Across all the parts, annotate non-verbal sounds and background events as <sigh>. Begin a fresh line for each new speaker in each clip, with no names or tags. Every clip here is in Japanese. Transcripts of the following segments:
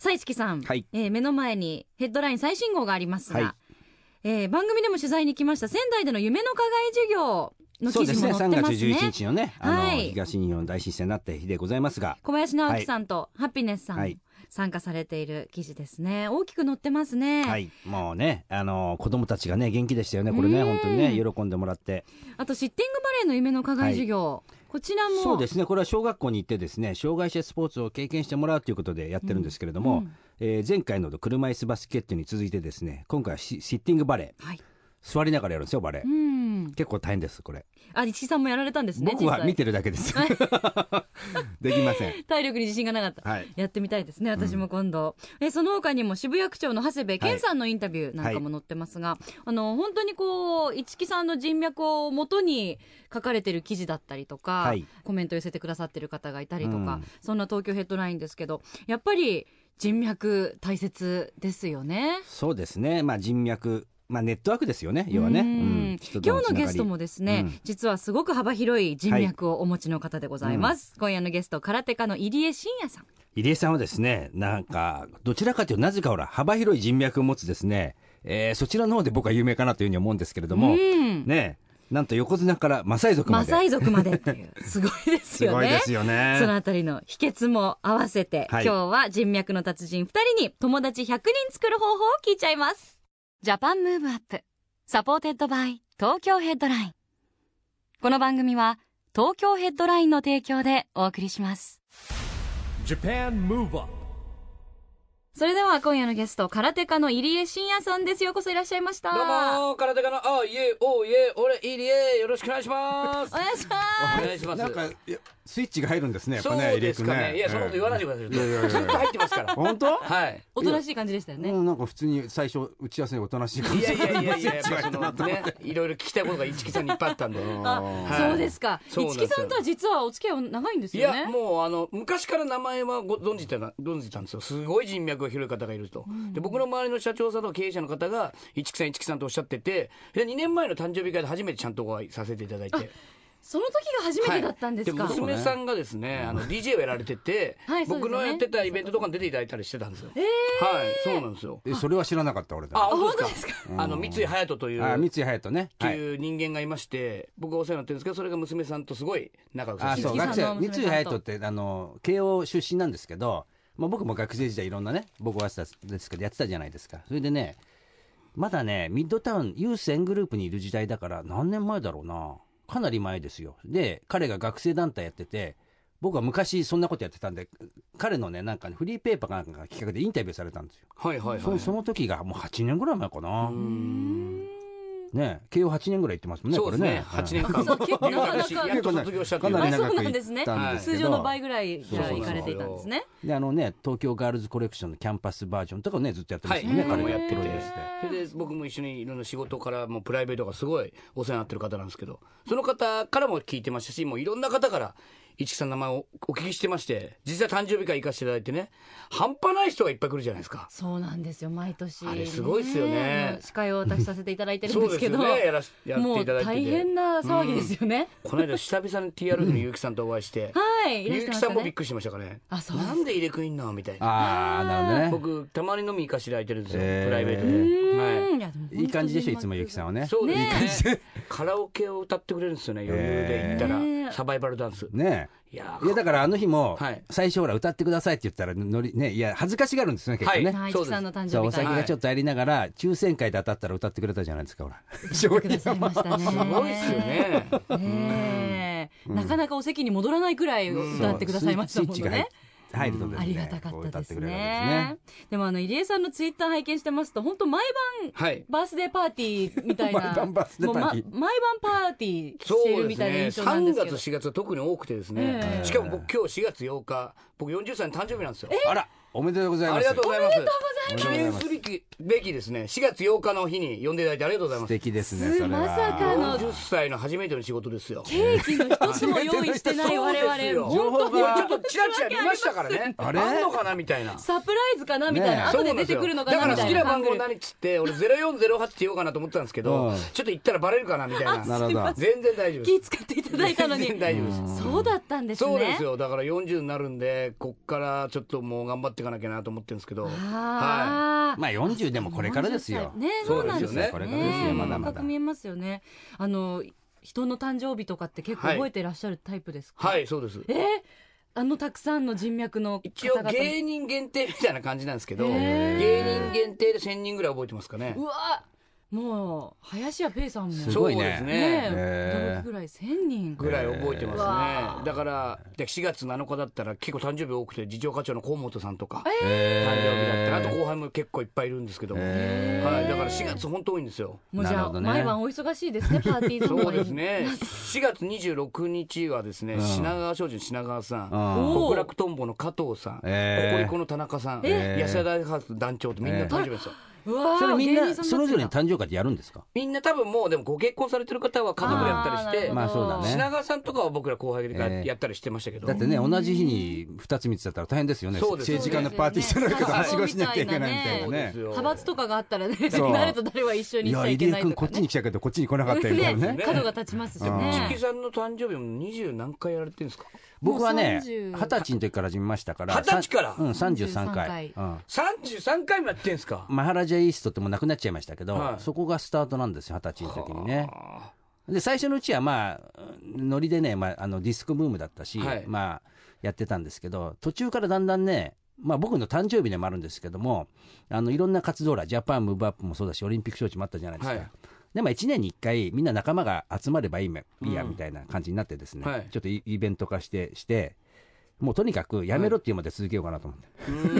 さあ、市木さん。
はい
えー目の前にヘッドライン最新号がありますが、
はい
えー番組でも取材に来ました、仙台での夢の課外授業の
そう
記
で
事
すね
も載
3
って
月
ますね。
11日のねあの、
はい
東日本大震災になった日でございますが
小林直樹さんとハッピネスさんも
はい
参加されている記事ですね。大きく載ってますね。
はいもうねあの子供たちがね元気でしたよねこれね
うん
本当にね喜んでもらって
あと、シッティングバレーの夢の課外授業。こちらも。。
そうですすねこれは小学校に行ってですね障害者スポーツを経験してもらうということでやってるんですけれども、
うんうん
えー前回の車椅子バスケットに続いてですね今回はシシッティングバレー
はい。
座りながらやるんですよバレー、
うん。
結構大変ですこれ、
あ、市木さんもやられたんですね、
僕は
実際
見てるだけです <laughs> できません
体力に自信がなかった。
はい
やってみたいですね、私も今度。え、その他にも渋谷区長の長谷部健さんのインタビューなんかも載ってますが、あの、本当にこう、市木さんの人脈をもとに書かれてる記事だったりとか、
はい
コメント寄せてくださってる方がいたりとか、
うん
そんな東京ヘッドラインですけど、やっぱり人脈大切ですよね。
そうですねまあ人脈まあネットワークですよね要はね、
う
うんん、人と
今日
つ
の
ながり
ゲストもですね、
うん
実はすごく幅広い人脈をお持ちの方でございます。今夜のゲスト、空手家の入江真也さん。
入江さんはですねなんかどちらかというとなぜかほら幅広い人脈を持つですね、えーそちらの方で僕は有名かなというふうに思うんですけれども、
うん
ねなんと横綱からマサイ族ま
マ
で
サイ族までっていう。すごいです
す
よ
ごい
ね
で。すよ
その
ね
あたりの秘訣も合わせて、
はい
今日は人脈の達人2人に友達100人作る方法を聞いちゃいます。ジャパンムーブアップ。サポーテッドバイ東京ヘッドライン。この番組は東京ヘッドラインの提供でお送りします。
Japan Move Up
それでは今夜のゲスト、空手家の入江真也さんです。ようこそいらっしゃいました。
どうもー、空手家の、あ、いえ、おう、いえ、俺、入江、よろしくお願いします
お。願いします。
お願いします。
なんかいやスイッチが入るんですねやっ
そ
ぱ
う
ね
ですかね。いや、そんなこと言わないで
で
ください。
やいやいや
ずっと入ってますから。
本当
はい。
おとなしい感じでしたよね。
うん、なんか普通に最初打ち合わせにおとなしい感
い
じ
やいやいやいや、やっぱそ
違う <laughs> な
の
と思っ
ね、いろいろ聞きたいことが一木さんにいっぱいあったんで。
あ、
はい
そうですか。
そうなん
一
ですよ
木さんとは実はお付き合い長いんです
い
よね。
や、もう、あの、昔から名前はご存じてた、存じたんですよ。すごい人脈が広い方がいると。で、僕の周りの社長さんとか経営者の方が、一木さん、一木さんとおっしゃってて、で、2年前の誕生日会で初めてちゃんとご挨拶させていただいて。
その時が初めてだったんですか。
はい娘さんがですね、あの DJ をやられてて、
はいそうですね
僕のやってたイベントとかに出ていただいたりしてたんですよ。はい、そうなんですよ。
えそれは知らなかった俺
あ、
だあ
本当ですか。あの三井隼人という。
三井隼人ね
って
はい
いう人間がいまして、僕がお世話になってるんですけど、それが娘さんとすごい仲良くさ
あ
せて
そう
いただ
学
いて
生
さんの
三井
娘さんと
隼人ってあの慶応出身なんですけど、まあ、僕も学生時代いろんなね僕はやってたんですけどやってたじゃないですかそれでねまだねミッドタウン優先グループにいる時代だから何年前だろうなかなり前ですよで彼が学生団体やってて僕は昔そんなことやってたんで彼のねなんかねフリーペーパーかなんかが企画でインタビューされたんですよ、
はいはいは
そ
い。
その時がもう8年ぐらい前かなね慶応8年ぐらい行ってますもんね
そう
こ
で
れ
す
ね
ね。八
<laughs>
年間留学し、
なかなか
やっと卒業したっていう
かなり
あ、
長
そう
く
なんです
行
ね
ったんですけ
通
ど
常の倍ぐらいじゃあ
そう
行
そう
か
そう
れていたんですね。
であのね東京ガールズコレクションのキャンパスバージョンとかをねずっとやってますよね、
はい
彼
僕も
が
やってて
プロデュースで
それで僕も一緒にいろんな仕事からもうプライベートがすごいお世話になってる方なんですけどその方からも聞いてましたしもういろんな方から市木さんの名前をお聞きしてまして実際誕生日会行かせていただいてね半端ない人がいっぱい来るじゃないですか
そうなんですよ、毎年。
あれすごいっすよね
えもう司会を私させていただいてるん
そう
で
ですす
け
よ
ど。
ねやらしやっ
も
て
う
いただいて
大
て
変な騒ぎですよね。
この間久々に TRF の結城さんとお会いして
はい、いらっしゃい
結
まし
城さ
た
んもびっ
ね。
くりしましたかね
あそうです
なんで入れ食いんのみたいな
ああなるほどね
僕たまに飲み行かせていただいてるんですよ
へー
プライベート
う
ではい
んいやでも本当に
いい感じでしょいつもゆきさんはね
そうです
ね
ねカラオケを歌ってくれるんですよね余裕で行ったら、
へえ
サバイバルダンス
ね
いや
えいやだからあの日も
はい
最初ほら歌ってくださいって言ったらのりねいや恥ずかしがるんですね結構ね、
は
はい、一木さんの誕
そう
生
お
日会
酒がちょっとありながら、抽選会で当たったら歌ってくれたじゃないですかほら勝
くださいま
<laughs>
したね。す
すごいっすよ。
<laughs>
ね
ねえなかなかお席に戻らないくらい歌ってくださいましたもん
スイッチが入
ね
っ。入るとですね、
ありがたか
こう
っ
歌
た
っ
で
てく
す
れるわけ
ね。でもあの入江さんのツイッター拝見してますと、本当毎晩
はい
バースデーパーティーみたいな。
毎晩バースデーパーティー
もうま毎晩パーティーして
そ
る
う
みたいな
で
印
す
象
ね
なんで
3
すけ
月
ど。
4月は特に多くてですね、
ええ
しかも僕今日4月8日僕40歳の誕生日なんですよ。
あら、おめでとうございます。
ありがとうございます。
おめで
記
とうござい
念
ます
すべきべきですね。4月8日の日に呼んでいただいてありがとうござい
素
ます。
敵ですね、それは。
まさかの
40歳の初めての仕事ですよ。
ケーキの一つも用意してない我々
そうですよ
情報
俺
が
ちょっとチラチラ見ましたからね。
あれ
んのかなみたいな。
サプライズかなみたい
ねえ
な後で出てくるのかなみ
だ
た
から好
い
き
な
な番号何っつって俺0408って言おうかなと思ってたんですけ
う
ど
ん
ちょっと言ったらバレるかなみた
<laughs>
い
な
な
るほど。
全然大丈夫で
気
す
使っていただいた
<laughs>
のに
全然大丈夫です
そうだったんですね
そうですよだから40になるんでこっからちょっともう頑張っていかなきゃなと思ってるんですけどは
あー
まあ40でもこれからですよ
40歳。ね
そ
そうう
で
なん
す
で
よ
す
ね
よ
これからです
ね
よ、まだま
若
だ
く。見えますよねあの人の誕生日とかって結構
はい
覚えてらっしゃるタイプですか、
いはいそうです
えーあのたくさんの人脈の方
一応
々
芸人限定みたいな感じなんですけど
へー
芸人限定で1000人ぐらい覚えてますかね
うわもう林家ペイさんも
すごいね
そうです
ね
ね
へー
え驚くぐらい1000人
ぐらい覚えて
う
ます
わ
ねだからで4月7日だったら結構誕生日多くて次長課長の河本さんとか誕生日だったらあと後輩も結構いっぱいいるんですけども、
へ
はい、だから4月本当多いんですよ
もうじ
なる
ゃあ、
ほどね
毎晩お忙しいです
<laughs>
ねパーティーと
そう
か
ですね4月26日はですね、品川商事の品川さん
うん
極楽とんぼの加藤さん、
へー
ココリコの田中さん、
へー
安田大発団長とみんな誕生日ですよ、
うわー
それみん
芸
な、
人
そ
さん
れぞ
たちが
れに誕生会ってやるんですか
みんな多分もうでもご結婚されてる方は家族でやったりし
あーなるほ
て、
ど
まあそうだね
品。川さんとかは僕ら後輩が
えー
やったりしてましたけど、
だってね、同じ日に2つ3つだったら大変ですよね。
そうですよね
政治家のパーティーしてるけど、はしごしなきゃいけないみたいな
そうで
ね
す。よ
派閥とかがあったらね <laughs>
そう
誰と誰は一緒
い
にしちゃ
や、
い
入
け
江
ない
君
と
こ
か
っち
ね
に来たけど、こっちに来なかったよみたいな
ね
ね。
角が立ちますし
一
ね
木さんの誕生日も二十何回やられてるんですか
僕はね、
もう30
20歳の時から始めましたから。
20歳から
うん、33
33
回
回。
うん
33回もやってるんですか
マハラジャイーストってもうなくなっちゃいましたけど、
はい
そこがスタートなんですよ、二十歳の時にね。で、最初のうちはまあ、うんノリでね、まあ、あのディスコブームだったし、
はい
まあ、やってたんですけど、途中からだんだんね、まあ僕の誕生日でもあるんですけども、あの、いろんな活動ら、ジャパンムーブアップもそうだし、オリンピック招致もあったじゃないですか。
はい
で、まあ1年に1回、みんな仲間が集まればいいめいいや、みたいな感じになってですね、
はい
ちょっとイイベント化して、して、もうとにかくやめろっていうまで続けようかなと思って。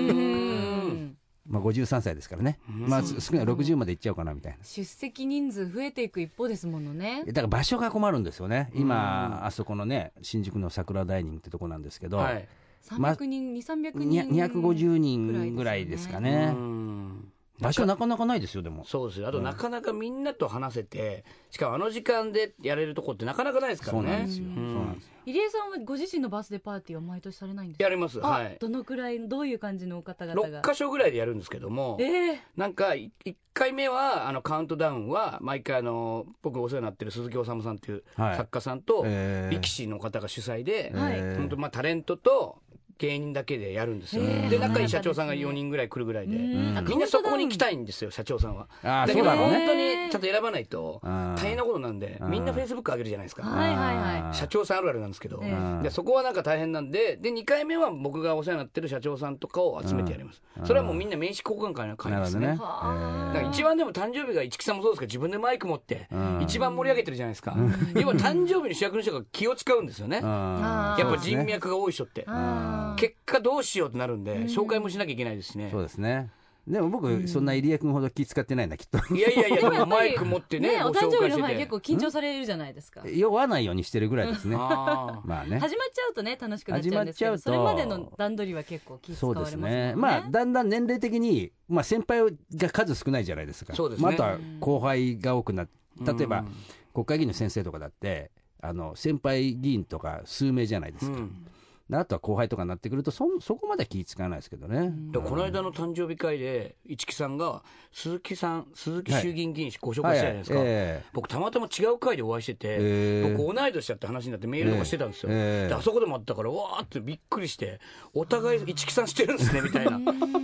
うん
まあ53歳ですからね。まあす少ない60までいっちゃおうかな、みたいな。
出席人数増えていく一方ですものね
だから場所が困るんですよね。今、あそこのね、新宿の桜ダイニングってとこなんですけど、
はい
ま
300人200
にゃ
人
250人ぐらいですかね
う。ん
場所なかなかないですよ、でも。
そうですよあとなかなかみんなと話せてしかもあの時間でやれるとこってなかなかないですか
そ
ら
うなん
ね
ですよ。そうなんですよ
入江さんはご自身のバースデーパーティーは毎年されないんです
や
か
ります
あ
はい
どのくらいどういう感じのお方々
6
が
か所ぐらいでやるんですけども
ええ
なんか1回目はあのカウントダウンは毎回あの僕お世話になってる鈴木おさむさんっていう
はい
作家さんと
えー
力士の方が主催で、
はい
えー
本当まあタレントと芸人だけでやるんですよ、
へー
で仲いい社長さんが4人ぐらい来るぐらいで、
うん
みんなそこに来たいんですよ社長さんは
あー
だけど
そうだろう
本
ね
当にちゃんと選ばないと
うん
大変なことなんで
ん
みんなフェイスブック上げるじゃないですか
はいはいはい
あー
社長さんあるあるなんですけど、
ん
でそこはなんか大変なんでで2回目は僕がお世話になってる社長さんとかを集めてやります、それはもうみんな名刺交換会の会
なる
で
ほ
す
ど
ね
ね。
だから一番でも誕生日が市木さんもそうですけど自分でマイク持って一番盛り上げてるじゃないですか、今誕生日の主役の人が気を使うんですよね、
あー
やっぱ人脈が多い人って、
あー
結果どうしようってなるんで、紹介もしなきゃいけないですしね
そう。ですね。でも僕、そんな入江君ほど気使ってないな、きっと。 <laughs>
いやいやいや、
でも
で
や
も
っぱ
マ
り
イク持ってね、
お
ご
誕
紹
生日
介
の
し
前
て
結
て
構。緊張されるじゃないですか
酔わないようにしてるぐらいですね。
あ
まあね。
始まっちゃうとね楽しくなっちゃうんですけ
始
ど
まっちゃうと
それまでの段取りは結構気使
そう
われ
で
ますすもんね
ね。まあ、だんだん年齢的に、まあ、先輩が数少ないじゃないですか。
そうですね
まあ、あとは後輩が多くなっ例えば、国会議員の先生とかだって、あの、先輩議員とか数名じゃないです
ー
か。
うん
であとは後輩とかになってくると、そ、そこまでは気使わないですけどね。
でこの間の誕生日会で、市木さんが、鈴木さん、鈴木衆議院議員ご紹
は
介
い
したじゃないですか。
え
僕たまたま違う会でお会いしてて、
えー
僕同い年だって話になってメールとかしてたんですよ、
ええええ
であそこでもあったからわーってびっくりしてお互い一木さんしてるんで
<laughs>
すねみたい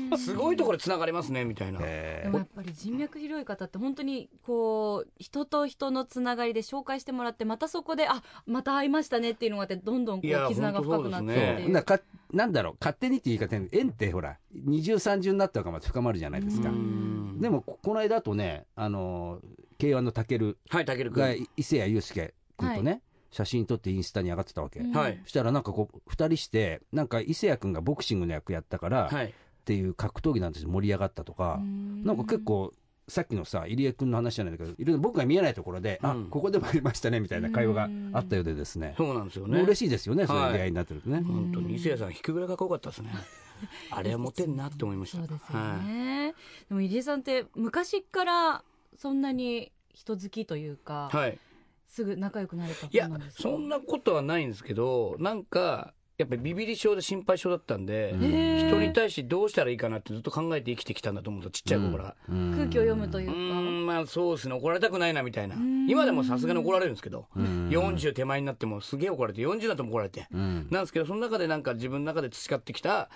なすごいところでつながりますねみたいな、
でもやっぱり人脈広い方って本当にこう人と人のつながりで紹介してもらってまたそこであまた会いましたねっていうのがあってどんどんこ
いや
う絆が深くなって
えそ
ってい
ええ本当
う
う
なかなんだろう勝手にっていう言い方に縁ってほら二重三重になった方がまた深まるじゃないですか
ん
でもここの間だとねあの K1 のたける
はいたけるくん
が伊勢谷友介君とね、写真撮ってインスタに上がってたわけ、
うん
はい
そしたらなんかこう二人してなんか伊勢谷君がボクシングの役やったから、
は
っ
い
ていう格闘技なんですよ盛り上がったとか、なんか結構さっきのさ入江君の話じゃないんだけどいろいろ僕が見えないところで、あここでもありましたねみたいな会話があったようでですね、
そうなんですよ
もう
ね。
嬉しいですよね、そうい
は
う
い
出会いになってるとね、
本当に伊勢谷さん引くぐらいかっこよかったですね。あれはモテんなって思いました。
そうですよ
はい
ね、でも入江さんって昔からそんなに人好きというか、
はい。
すぐ仲良くなれた
い
子
や
なんですか
そんなことはないんですけどなんかやっぱりビビり症で心配症だったんで、
へー
人に対してどうしたらいいかなってずっと考えて生きてきたんだと思うんですよちっちゃい頃から。
うん
空気を読むというう
ー
か、
んまあそうですね怒られたくないなみたいな
うん
今でもさすがに怒られるんですけど
ん
40手前になってもすげえ怒られて40になっても怒られて
うん
なんですけどその中でなんか自分の中で培ってきた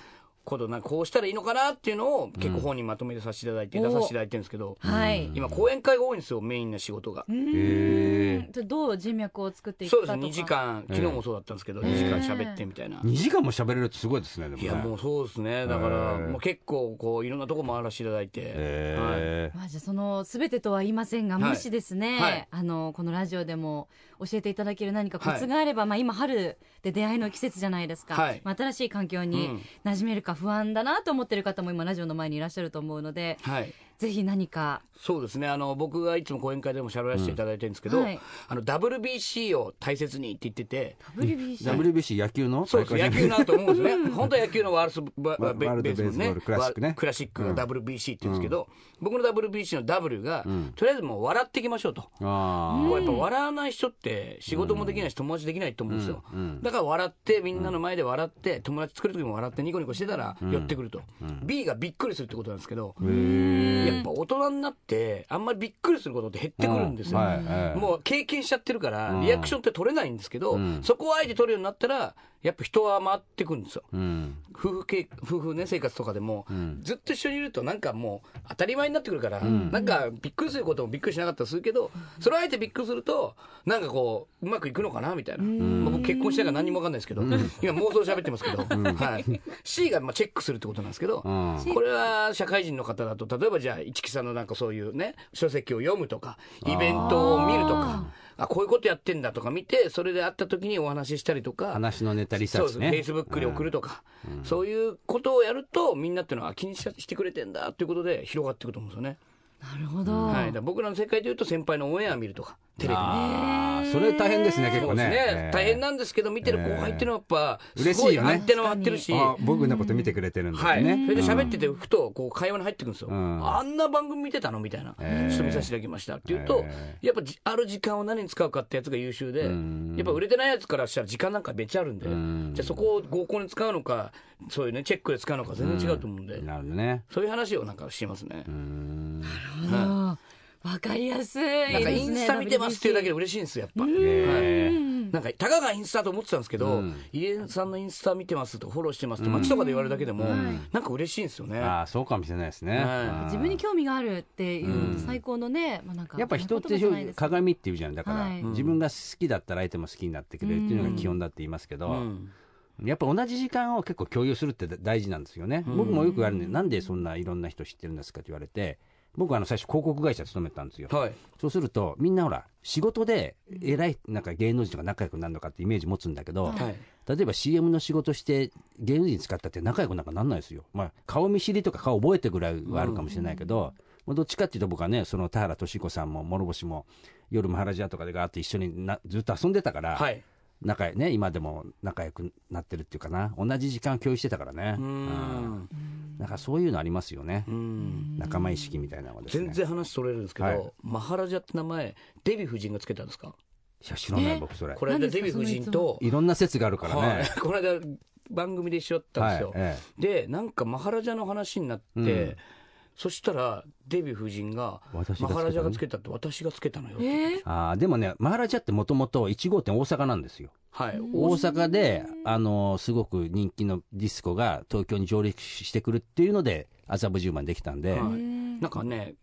ことなんかこうしたらいいのかなっていうのを結構本にまとめてさせていただいて、
うん
出させていただいてるんですけど
はい、
今講演会が多いんですよメインの仕事が。
へー
うんどう人脈を作っていく
そう
か
で
とか
す2時間昨日もそうだったんですけど、2時間喋ってみたいな。
2時間も喋れるってすごいですねでもね
いやもうそうですねだから
へー
もう結構こういろんなとこ回らせていただいて、はい
えー
まあ、じゃあその全てとは言いませんが、
はい
もしですね、
はい
あのこのラジオでも教えていただける何かコツがあれば、まあ、今春で出会いの季節じゃないですか、
はい
まあ、新しい環境
う
に
ん
馴染めるか不安だなと思ってる方も今ラジオの前にいらっしゃると思うので、
はい
ぜひ何か
そうですねあの僕がいつも講演会でも喋らせていただいてるんですけど、
うんはい
あの WBC を大切にって言ってて
WBC、
WBC 野球の
そうです
大
野
会
球なと思うんです
<laughs>
ね本当は野球のワールドベ
ワワールド
ベースボール
ベース
ね
ボールクラシックね
ワクラシックが WBC って言うんですけど、僕の WBC の W が、とりあえずもう笑っていきましょうと。
あ
こうやっぱ笑わない人って仕事もできないし友達できないと思うんですよ、だから笑ってみんなの前で笑って友達作る時も笑ってニコニコしてたら寄ってくると、B がびっくりするってことなんですけどやっぱ大人になってあんまりびっくりすることって減ってくるんですよ、
うんはいはい
もう経験しちゃってるからリアクションって取れないんですけど、
ん
そこをあえて取るようになったらやっぱ人は回ってくるんですよ
あうん
夫婦け夫婦ね生活とかでも、ずっと一緒にいるとなんかもう当たり前になってくるから、なんかびっくりすることもびっくりしなかったりするけどそれをあえてびっくりするとなんかこううまくいくのかなみたいな、まあ僕結婚してから何にも分かんないですけど、今妄想で喋ってますけど、はい、C がまあチェックするってことなんですけど、
ん
これは社会人の方だと例えばじゃあ市木さんのなんかそういうね書籍を読むとかイベントを見るとかあこういうことやってんだとか見てそれで会った時にお話ししたりとか。
話のネタリサ
そ
ー
うです
チ
ね。
ね
フェイスブックに送るとか、そういうことをやると、みんなっていうのは気にししてくれてんだっていうことで広がっていくと思うんですよね。
なるほど、
はい。だから僕らの世界でいうと、先輩のオンエア見るとか、テレビね。
あーそれ大変ですね結
そう
構
で
ね
すね
えー。
大変なんですけど、見てる後輩っていうのはやっぱ、
嬉
す
し
ご
い
い
よね
アンテナ張ってるし、
あ僕のこと見てくれてるんです
はい。
ね
それで喋ってて、ふとこう会話に入ってくるんですよ。
ん
あんな番組見てたのみたいな。ち
えー
ょっと見させていただきましたっていうと
え、
やっぱじある時間を何に使うかってやつが優秀で、やっぱ売れてないやつからしたら時間なんかめっちゃあるんで、じゃあそこを合コンに使うのか、そういうね、チェックで使うのか全然違うと思うんで、
なるほどね
そういう話をなんかしてますね。
あーわかりやすいですね
なんかインスタ見てますっていうだけ
WBC
で嬉しいんですよ、やっぱ。
えー
なんか、たかがインスタと思ってたんですけど、家さんのインスタ見てますとかフォローしてますとか、街とかで言われるだけでも、なんか嬉しいんですよね。
ああそうかもしれないですね
は
自分に興味があるっていうのって最高のね、まあ、なんか
やっぱ人っ
言
て
葉じゃないですけど
鏡っていうじゃんだから
はい
自分が好きだったら相手も好きになってくれるっていうのが基本だって言いますけど
ん
やっぱ同じ時間を結構共有するって大事なんですよね僕もよくあるんでなんでそんないろんな人知ってるんですかって言われて僕はあの最初広告会社勤めてたんですよ
はい。
そうするとみんなほら仕事で偉いなんか芸能人とか仲良くなるのかってイメージ持つんだけど、
はい。
例えば CM の仕事して芸能人使ったって仲良くなんかなんないですよ、まあ、顔見知りとか顔覚えてぐらいはあるかもしれないけど、まあどっちかっていうと僕はねその田原俊彦さんも諸星も夜も原ジアとかでガーって一緒になずっと遊んでたから、
はい。
仲ね、今でも仲良くなってるっていうかな同じ時間を共有してたからね
う
うん
ん。
なんかそういうのありますよね
うん。
仲間意識みたいなのはですね
全然話それるんですけど、
はい
マハラジャって名前デヴィ夫人がつけたんですか
いや知らな
え
い僕それ
これ
何で
で
か
すデヴィ夫人と、
いろんな説があるからね、
はい、この間番組で一緒だったんですよ、
はいえ
でなんかマハラジャの話になって、
ん
そしたらデヴィ夫人が
私がつけたの
マハラジャがつけたって私がつけたのよって、
え
あーでもね、マハラジャってもともと1号店大阪なんですよ。
はい、
大阪で、あのーすごく人気のディスコが東京に上陸してくるっていうので、麻布十番できたんで、
はいなんかね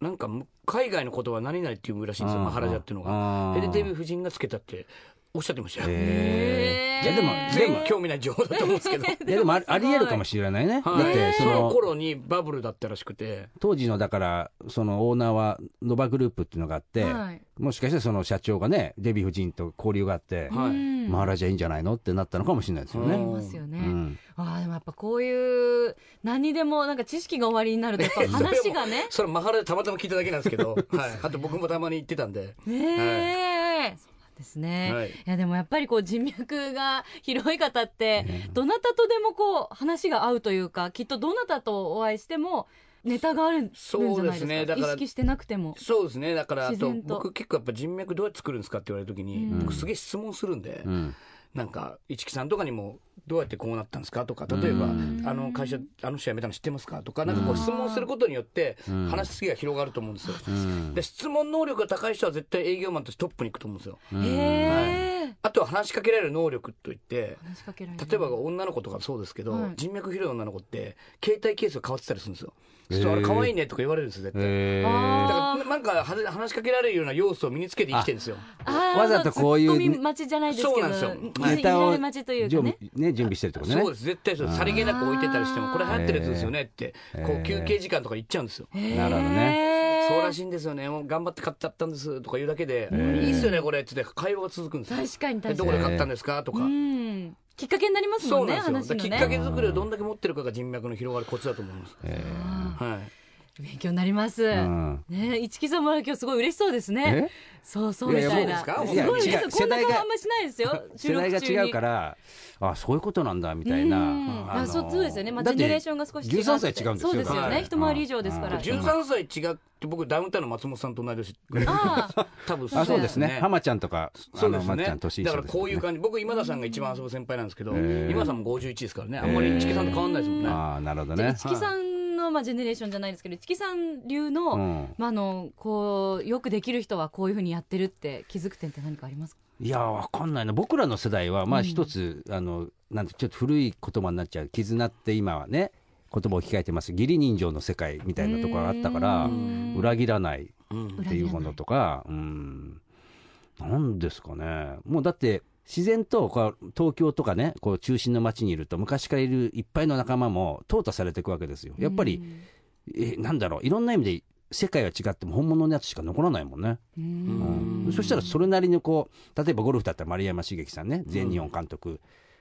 なんかむ海外の言葉何々っていうらしいんですよ、
うん
マハラジャっていうのが、
うん
それでデヴィ夫人がつけたっておっしゃってましたよ。
へーいやでも
全員興味ない情報だと思うんですけど。
いやでもありありえるかもしれないね、
はい
だってそ
その
の
頃にバブルだったらしくて、
当時のだからそのオーナーはノバグループっていうのがあって、
はい
もしかしてその社長がねデヴィ夫人と交流があって、
はい
うん
マーラジャいいんじゃないのってなったのかもしれないですよ
あり
ね。
ますよね、
うん
ああでもやっぱこういう何にでもなんか知識が終わりになるとやっぱ話がね
それマハラでたまたま聞いただけなんですけど、はい、あと僕もたまに行ってたんで。
ねえ、そうなんですね、、
はいい
やでもやっぱりこう人脈が広い方って、どなたとでもこう話が合うというかきっとどなたとお会いしてもネタがあるんじゃないですか
そうですねだから
意識してなくても
そうですねだからあ
自
と
然と
僕結構やっぱ人脈どうやって作るんですかって言われるときに、
うん
僕すげえ質問するんで、
うん
なんか一木さんとかにもどうやってこうなったんですかとか例えば、
うん
あの会社あの人辞めたの知ってますかとかなんかこう質問することによって
ん
話すぎが広がると思うんですよ、
うん
で質問能力が高い人は絶対営業マンとしてトップに行くと思うんですよ
へえ、
あとは話しかけられる能力といって
話しかけられる
例えば女の子とかそうですけど、
はい
人脈広い女の子って携帯ケースが変わってたりするんですよそうするとあれ可愛いねとか言われるんですよ絶対、
えー
だ
あ
からなんかは話しかけられるような要素を身につけて生きてるんですよ
ーあー
わざとこういう
ツッコミ待ちじゃないですけど
そうなんですよはい
いじられ待ちというか
準
ね
備ね準備してるってことね
そうです絶対そうですさりげなく置いてたりしてもこれ流行ってるやつですよねってこ
へー
う休憩時間とか言っちゃうんですよ
なるほどね
へー
そうらしいんですよねもう頑張って買っちゃったんですとか言うだけでいいっすよねこれっつって会話が続くんですよ
確かに
で
確か
ど
に
こで買ったんですかとか
うんきっかけになります
そ
も
うん
ね
なんです
話の
よだからきっか
ね
け作りをどんだけ持ってるかが人脈の広がるコツだと思いますはい
勉強になります、
ん
ね一木さんも今日すごい嬉しそうですね
え
そうそうみたい
いやい
な
や
す
そう
ご
ですか
い嬉し
いや違
そう
う
こ
世
んな
代
顔
が
あんましないですよ収
世
録
代が
中に
違うからあそういうことなんだみたいな、
うんあそうそうですよね、まあ、ジ
だっ
ェ
て
ネレーションが少し違う
13歳違うんですよ
そうですよね、
はい
一回り以上ですから、
うん
13歳違って僕ダウンタウンの松本さんと同い年
あ
<laughs>
あ
多分
あそうですね
そうですね
浜ちゃんとか
そうで
あのますっちゃん
ね
年一緒です
だからこういう
ね
感じ僕今田さんが一番遊ぶ先輩なんですけど
ー
今田さんも51ですからねあんまり一木さんと変わんないですもんね
ああなるほど
じゃあ
ね
一木さんの、まあ、ジェネレーションじゃないですけど一木さん流の,、
うん
まあ、あのこうよくできる人はこういうふうにやってるって気づく点って何かありますか
いやわかんないな僕らの世代はまあ一つ、あのなんてちょっと古い言葉になっちゃう絆って今はね言葉を置き換えてます義理人情の世界みたいなところがあったから
うん
裏切らない
うん
っていうものとかうんなんですかねもうだって自然とこう東京とかねこう中心の街にいると昔からいるいっぱいの仲間も淘汰されていくわけですよやっぱり、えなんだろういろんな意味で世界は違っても本物のやつしか残らないもんね、
う
うんんそしたらそれなりにこう例えばゴルフだったら丸山茂樹さんね全日本監督、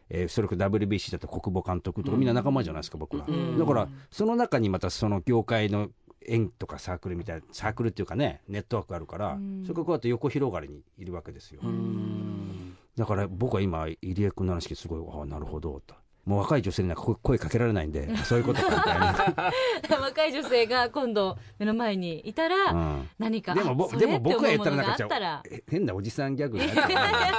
えーそれこそ WBC だったら国母監督とかみんな仲間じゃないですか、僕ら、
うん
だからその中にまたその業界の縁とかサークルみたいなサークルっていうかねネットワークあるから、
うん
それがこうやって横広がりにいるわけですよ、だから僕は今入江君の話聞いてすごいああなるほどともう若い女性になんか声声かけられないん
<laughs>
でそういうことかみたいな。
若い女性が今度目の前にいたら、 <laughs>
うん
何か
でもぼ
あそ
で
れ
も
って思
僕が
う
言っ
も
たら
の
なん
があ
かち
っ
ょ
たら
え変なおじさんギャグになっちゃ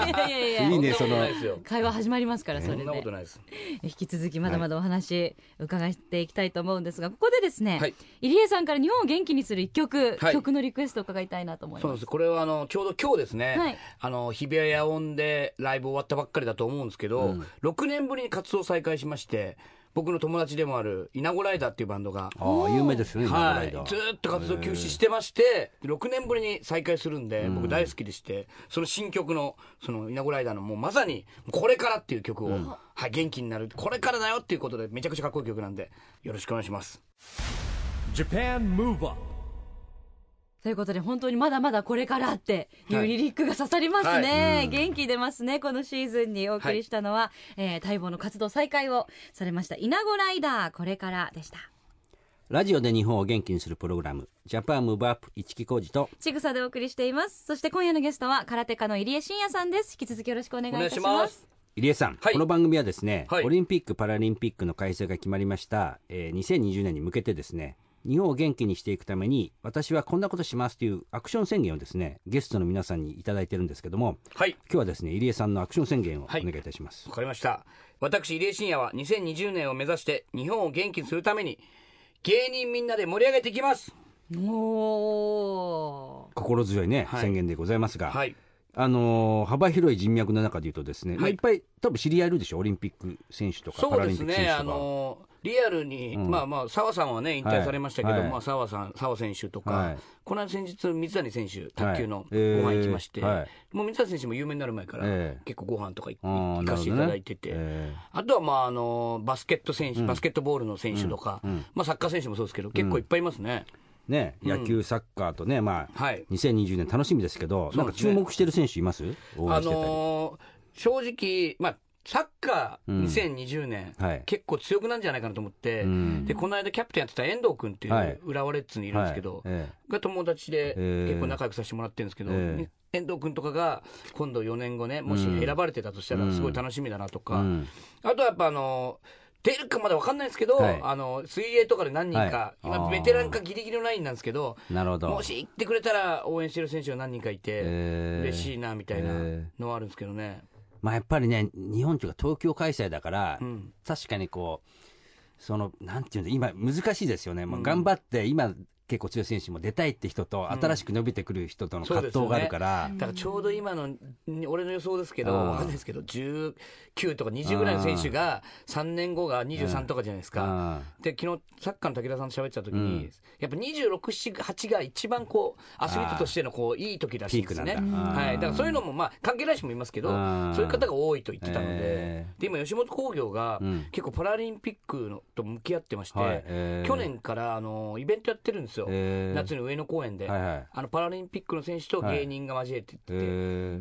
う
<laughs> いやいやいやい
い
や
いねその
ないですよ
会話始まりますからそれ
そん
で
なことないです
引き続きまだまだお話伺っていきたいと思うんですがここでですね、
はい
入江さんから日本を元気にする一曲、
はい
曲のリクエストを伺いたいなと思い
そう
ま
ですすこれはあのちょうど今日ですね、
はい
あの日比谷野音でライブ終わったばっかりだと思うんですけど、6年ぶりに活動再開しまして僕の友達でもある稲子ライダーっていうバンドが、
ああ有名ですよね、
は
はい
い、ずーっと活動休止してまして6年ぶりに再開するんで僕大好きでしてその新曲の「その稲子ライダー」のもうまさに「これから」っていう曲を、はい、元気になるこれからだよっていうことでめちゃくちゃかっこいい曲なんでよろしくお願いします。
Japan Move Up
ということで本当にまだまだこれからっていう
はい
リリックが刺さりますね、
は
元気出ますねこのシーズンにお送りしたのは、えー待望の活動再開をされました稲子ライダーこれからでした
ラジオで日本を元気にするプログラム、ジャパンムーブアップ一木工事と、
ちぐさでお送りしていますそして今夜のゲストは空手家の入江真也さんです引き続きよろしくお願いいたし
お願
ま
いしますす
入江さん、
はい
この番組はですね、
はい
オリンピック・パラリンピックの開催が決まりました、えー2020年に向けてですね、日本を元気にしていくために、私はこんなことしますというアクション宣言をですね、ゲストの皆さんにいただいてるんですけども、
はい
今日はですね、入江さんのアクション宣言をお
はい
願いいたします。
わかりました。私、入江信也は2020年を目指して日本を元気にするために芸人みんなで盛り上げていきます
おー
心強いね、
はい
宣言でございますが、
はい。
あのー幅広い人脈の中で言うとですね、まあ、いっぱい多分知り合いいるでしょ、オリンピック選手とか、パ
そう
ラ
で
リンピ
す
ック選
ね、
手とか。
あのリアルに、まあまあ、澤さんはね、引退されましたけど、
はいはい
まあ、澤さん、澤選手とか、
はい
この間先日、水谷選手、卓球の
えー
ご飯行きまして、
はい
もう水谷選手も有名になる前から、
ええ
結構ご飯とか行
あー
行かせていただいてて、
なるほどねえ
あとは、まああのバスケット選手、バスケットボールの選手とか、まあ、サッカー選手もそうですけど、結構いっぱいいますね。
ね、野球、サッカーとね、まあ、
はい
2020年楽しみですけど、
うですね
なんか注目してる選手います応
あ
援してたり。
のー正直、まあ、サッカー2020年、
はい
結構強くなんじゃないかなと思って、
ん
でこの間キャプテンやってた遠藤君ってい
はい
浦和レッズにいるんですけど、
はいえ
が友達で
ええ
結構仲良くさせてもらってるんですけど、
え
遠藤君とかが今度4年後ねもし選ばれてたとしたらすごい楽しみだなとか、
ん
あとはやっぱあの出るかまだ分かんないですけど、
はい
あの水泳とかで何人か、
はい
今
あー
ベテランかギリギリのラインなんですけど
なるほど
もし行ってくれたら応援してる選手が何人かいて、
えー
嬉しいなみたいな
え
のはあるんですけどね。
まあ、やっぱりね、日本というか東京開催だから、
ん
確かにこう、その、なんていうんだ、今、難しいですよね。もう頑張って、今、結構強い選手も出たいって人と、新しく伸びてくる人との
そう
葛
です
藤
よね
があるから、
だからちょうど今のに俺の予想ですけど、
うん
わかんないですけど、19とか20ぐらいの選手が、3年後が23とかじゃないですか。
あ
で、昨日、サッカーの武田さんと喋ってた時に、
うん
やっぱ26、7 8が一番こう、アスリートとしてのこう、いい時らしいんですね。
ピークなんだ
はい。だからそういうのも、まあ、関係ない人もいますけど、
うん
そういう方が多いと言ってたので、
え
で、今、吉本興業が
うん、
結構パラリンピックのと向き合ってまして、
はいえー
去年から、あの、イベントやってるんですよ。
えー
夏に上野公園で。
はいはい
あのパラリンピックの選手と芸人が交えてって、
はいへ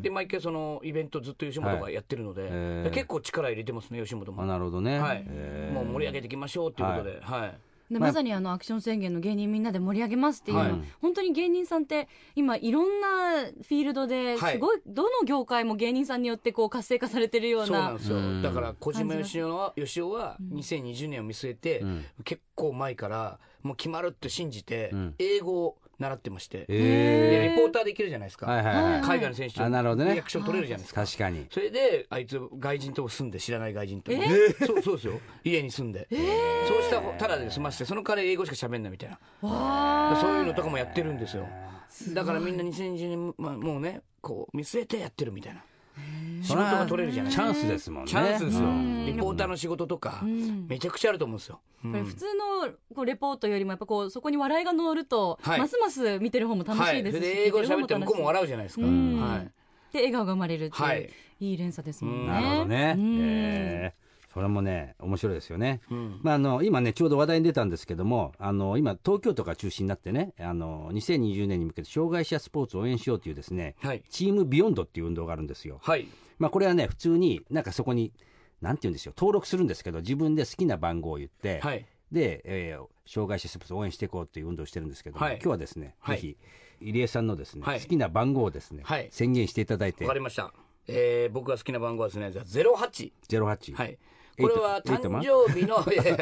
ー
で毎回そのイベントずっと吉本がやってるので、
いへー
結構力入れてますね吉本
あ
も、
なるほどね。
はい
えー
もう盛り上げていきましょうということで、はい
で
まあ
まさにあのアクション宣言の芸人みんなで盛り上げますっていうのは、
はい
本当に芸人さんって今いろんなフィールドで
はい
すごい、どの業界も芸人さんによってこう活性化されてるよう
そうな
なん
ですよ、
うん
だから小島よしおはよしおは2020年を見据えて、
ん
結構前からもう決まるって信じて、
ん
英語を習ってまして、
え
でレポーターできるじゃないですか、
ーはいはいは
海外の選手
あ
と
なるほどね
リアクション取れるじゃないです
い。
か、
確かに。
それであいつ外人と住んで知らない外人と、そうそうですよ家に住んで、そうしたただで済ましてその彼英語しか喋んないみたいなそういうのとかもやってるんですよだからみんな2020年、まあ、もうねこう見据えてやってるみたいな仕事が取れるじゃない
チャンスですもんね。
チャンスですよ
うん
リポーターの仕事とかめちゃくちゃあると思うんですよ、うん
これ普通のこうレポートよりもやっぱこうそこに笑いが乗ると、
はい
ますます見てる方も楽しいですし、
はい、それで英語喋って向こう
笑
も笑うじゃないですか、
うん
はい、
で笑顔が生まれるっていう、
はいい、
い連鎖ですもんね。
なるほどね。
うん
えーそれもね、面白いですよね。まあ、あの、今ね、ちょうど話題に出たんですけども、あの、今、東京都が中心になってね、あの、2020年に向けて障害者スポーツを応援しようというですね、
はい
チームビヨンドっていう運動があるんですよ。
はい
まあ、これはね、普通に、なんかそこに、なんて言うんですよ、登録するんですけど、自分で好きな番号を言って、
はい
で、えー障害者スポーツを応援していこうという運動をしてるんですけども、
はい
今日はですね、
はい
ぜひ、入江さんのですね、
はい
好きな番号をですね、
はい
宣言していただいて
わか、りました、えー、僕が好きな番号はですねじゃあ08
08。
はい。
エイ
こ
ト
れは
エイ
誕
トマン
生
<laughs>
日の、いやいや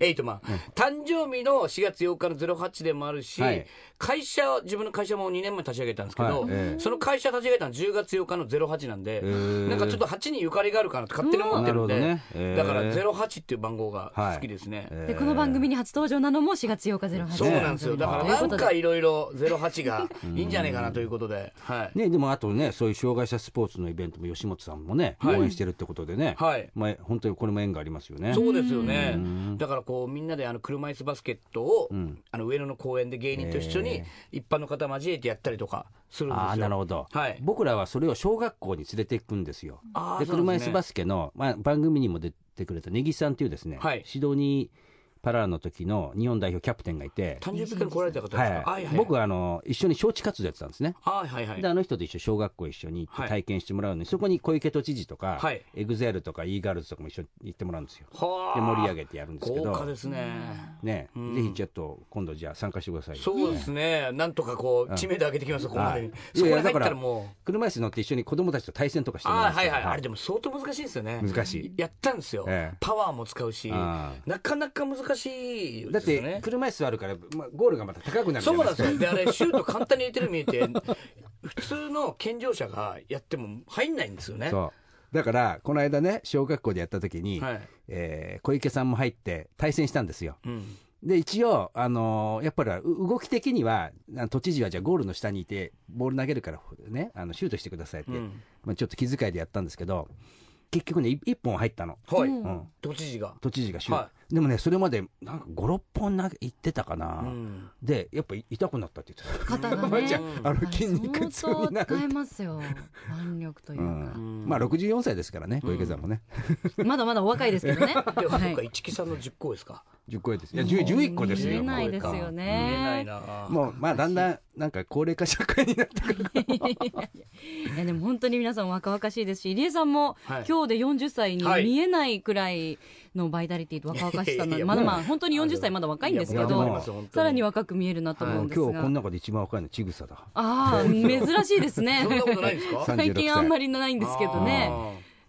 エイトマン。誕生日の4月8日の08でもあるし
はい、
会社、自分の会社も2年前立ち上げたんですけ
は
ど
いえ、
その会社立ち上げたの10月8日の08なんで、
ー
なんかちょっと8にゆかりがあるかなって勝手に思ってるん
うんなるほどね
で、
えー
だから08っていう番号が好きですね。
でこの番組に初登場なのも4月8日08
そうなんですよ。だから
という
な
こ
ん
とで
かいろいろ08がいいんじゃないかなということで、はい。
ね、でもあとね、そういう障害者スポーツのイベントも吉本さんもね、応援してるってことでね、
はい
まあ、本当にこれも縁がありますよね。
そうですよね。だからこうみんなであの車椅子バスケットを、あの上野の公園で芸人と一緒に一般の方交えてやったりとかするんですよ。
ああ、なるほど、
はい。
僕らはそれを小学校に連れていくんですよ。
あー
で、
そうなん
車椅子
ですね
バスケの、まあ、番組にも出てくれた根岸さんというですね、
はい
シドニーパラの時の日本代表キャプテンがいて、
誕生日から来られた方ですか。
はい
はいはい。
僕はあの一緒に招致活動やってたんですね。
はいはいはい
で、。あの人と一緒に小学校一緒に行っ
は
て
い
体験してもらうのに、そこに小池都知事とか、
はい
エグゼルとか e ガールズとかも一緒に行ってもらうんですよ。
はあ
で盛り上げてやるんですけど
豪華ですね。
ね、ぜひちょっと今度じゃあ参加してくださいよ
そうですね。なんとかこう知名度上げてきますよここまでに
はい。
そこ
い
に
やい
入
や
っ
だか
た
ら
らもう。
車椅子乗って一緒に子供たちと対戦とかしてもらう
ああ
んです
はい
よ
はい、あれでも相当難しいですよね
難しい
やったんですよ、
ええ
パワーも使うし
あ
なかなか難しい
だ
で
っ
すよね
て車椅子あるから、まあ、ゴールがまた高くなるじ
そ
ゃ
う
ない
な
ですか
んですよ。で、あれ、シュート簡単に入れてるように見えて、普通の健常者がやっても入んないんですよね。
そうだからこの間ね小学校でやった時に、
はい
えー小池さんも入って対戦したんですよ、
うん
で、一応、あのーやっぱりう動き的には、あの都知事はじゃあゴールの下にいて、ボール投げるから、ね、あのシュートしてくださいって、
うん
まあ、ちょっと気遣いでやったんですけど、結局ね、い一本入ったの。
はい、
うん
都知事が、
都知事がシュート。
は
でもね、それまで、なんか5、6本投げ、いってたかな。
うん
で、やっぱい痛くなったって言ってた。
肩
<laughs>
<laughs>
が
まあじゃ
ね
あ、あの筋肉痛
相
にな
当
る
使。えますよ腕力という
う
か、
ん、まあ64歳ですからね、小池さんもね。
まだまだお若いです
<laughs>
けどね。
でもなんか
は
一木さんの10個ですか
10個です。いや、10 11個ですよ。
見えないですよ
見えな
ね。
いな
もう、まあ、だんだん、なんか高齢化社会になってくる。
いやでも本当に皆さん若々しいですし、入江さんも
はい
今日で40歳に
はい
見えないくらいのバイタリティと若々しさなの
いやい
で、
や
まだま
も
あ本当に40歳まだ若いんですけ
いやもう
ど、さらに若く見えるなと思
も
う
うん今
で
日
す
この
が。
中で一番若いのちぐさだ。
ああ、珍しいですね
そん。なことない
<laughs>
んですか
36歳
最近あんまりないんですけどね。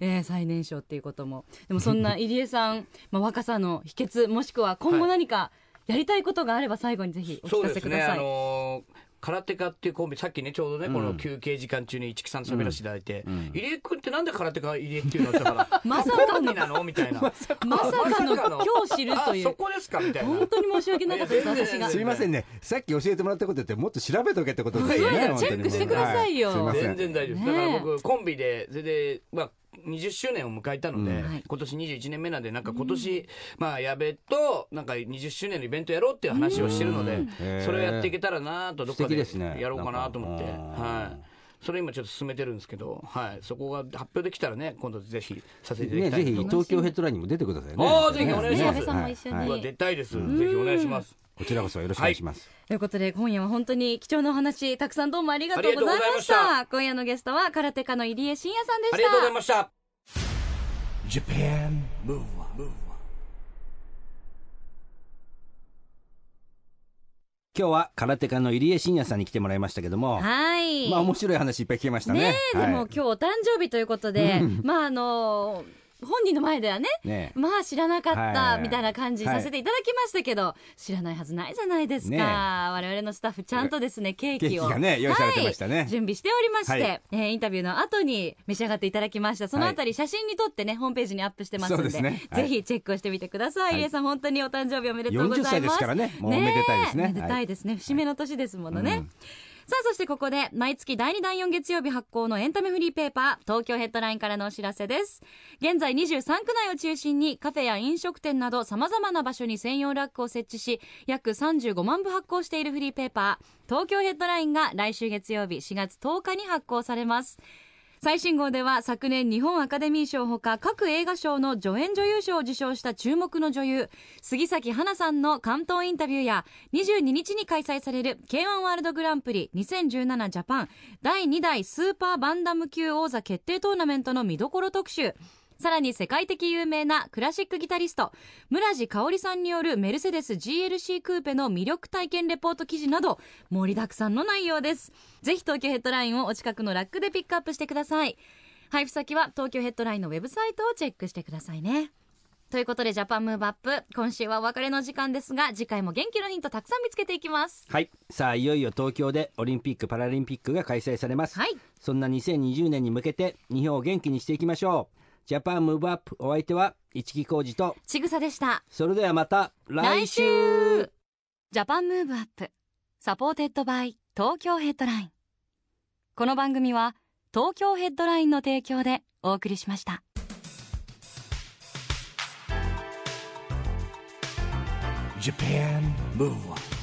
えー最年少っていうことも。でもそんな入江さん、 <laughs> まあ若さの秘訣、もしくは今後何かやりたいことがあれば最後にぜひお
そ
聞
う
か
で
せ
す
く
ね、
ださ
あ
い。
のー空手家っていうコンビ、さっきね、ちょうどね、この休憩時間中に市木さんと喋らせていただいて、入江君ってなんで空手家入江っていうのって言った
<laughs>
から、
まさか
コンビなのみ
<laughs>
たいな。 <laughs> まさ
まさかの今日知るとい。
あ、そうこですかみたいな。
本当に申し訳なかったです、
いや全然
私が
全。
す
然
みませんね。さっき教えてもらったことってもっと調べとけってことですよ
いやい
ね。
や
本当に
チェックしてくださいよ
はすみませ
全
ん。
然大丈夫です。
ね
だ
え
から僕、コンビで、それで、まあ、20周年を迎えたので、
はい
今年21年目なんで、なんか今年、まあ、矢部と、なんか20周年のイベントやろうっていう話をしてるので、
へえ
それをやっていけたらなと、どっか
素敵
で
ですね
やろうかなと思って、
なんかうん
はい。それ今ちょっと進めてるんですけど、はい。そこが発表できたらね、今度ぜひさせていただ
ね、
きたい
ぜひ
と
東京ヘッドラインにも出てくださいね。
あーぜひお願いしま
ね
す
安倍さんも一緒に
は
ひ
い
僕は出たいです。ぜひお願いします。
こちらこそよろしくお願いします。
ということで、今夜は本当に貴重なお話、たくさんどうもありがとうござい
ありがとうござい
ま
ま
し。
したた
今夜のゲストは、空手家の入江真也さんでした。
ありがとうございました。
Japan Move Up
今日は空手家の入江真也さんに来てもらいましたけども、
はい。
まあ面白い話いっぱい聞けましたね。
ねえ、でも
はい
今日お誕生日ということで、まああのー本人の前ではね、
ねえ
まあ知らなかった
はい
みたいな感じにさせていただきましたけど、知らないはずないじゃないですか、
ねえ
我々のスタッフちゃんとですねケーキ
ケ
を
ーキがね用意されてましたね
はい準備しておりまして、
はい
えーインタビューの後に召し上がっていただきましたそのあたり写真に撮ってねホームページにアップしてますの
そう
で
ですねはい
ぜひチェックをしてみてください、
はい
入江さん本当にお誕生日おめでとうござい
40
ます
歳ですからねもうおめでたいですね
えめでたいですね、節目の年ですものね、さあ、そしてここで、毎月第2、第4月曜日発行のエンタメフリーペーパー、東京ヘッドラインからのお知らせです。現在23区内を中心に、カフェや飲食店など様々な場所に専用ラックを設置し、約35万部発行しているフリーペーパー、東京ヘッドラインが来週月曜日4月10日に発行されます。最新号では昨年日本アカデミー賞ほか各映画賞の助演女優賞を受賞した注目の女優杉咲花さんの関東インタビューや22日に開催される K1 ワールドグランプリ2017ジャパン第2代スーパーバンダム級王座決定トーナメントの見どころ特集さらに世界的有名なクラシックギタリスト、村地香織さんによるメルセデス GLC クーペの魅力体験レポート記事など、盛りだくさんの内容です。ぜひ東京ヘッドラインをお近くのラックでピックアップしてください。配布先は東京ヘッドラインのウェブサイトをチェックしてくださいね。ということで、ジャパンムーブアップ、今週はお別れの時間ですが、次回も元気のヒントたくさん見つけていきます。
はい。さあ、いよいよ東京でオリンピック・パラリンピックが開催されます。
はい
そんな2020年に向けて、日本を元気にしていきましょう。ジャパンムーブアップお相手は、市木浩二と、
ちぐさでした。
それではまた来週
ジャパンムーブアップサポーテッドバイ東京ヘッドラインこの番組は東京ヘッドラインの提供でお送りしました
Japan Move Up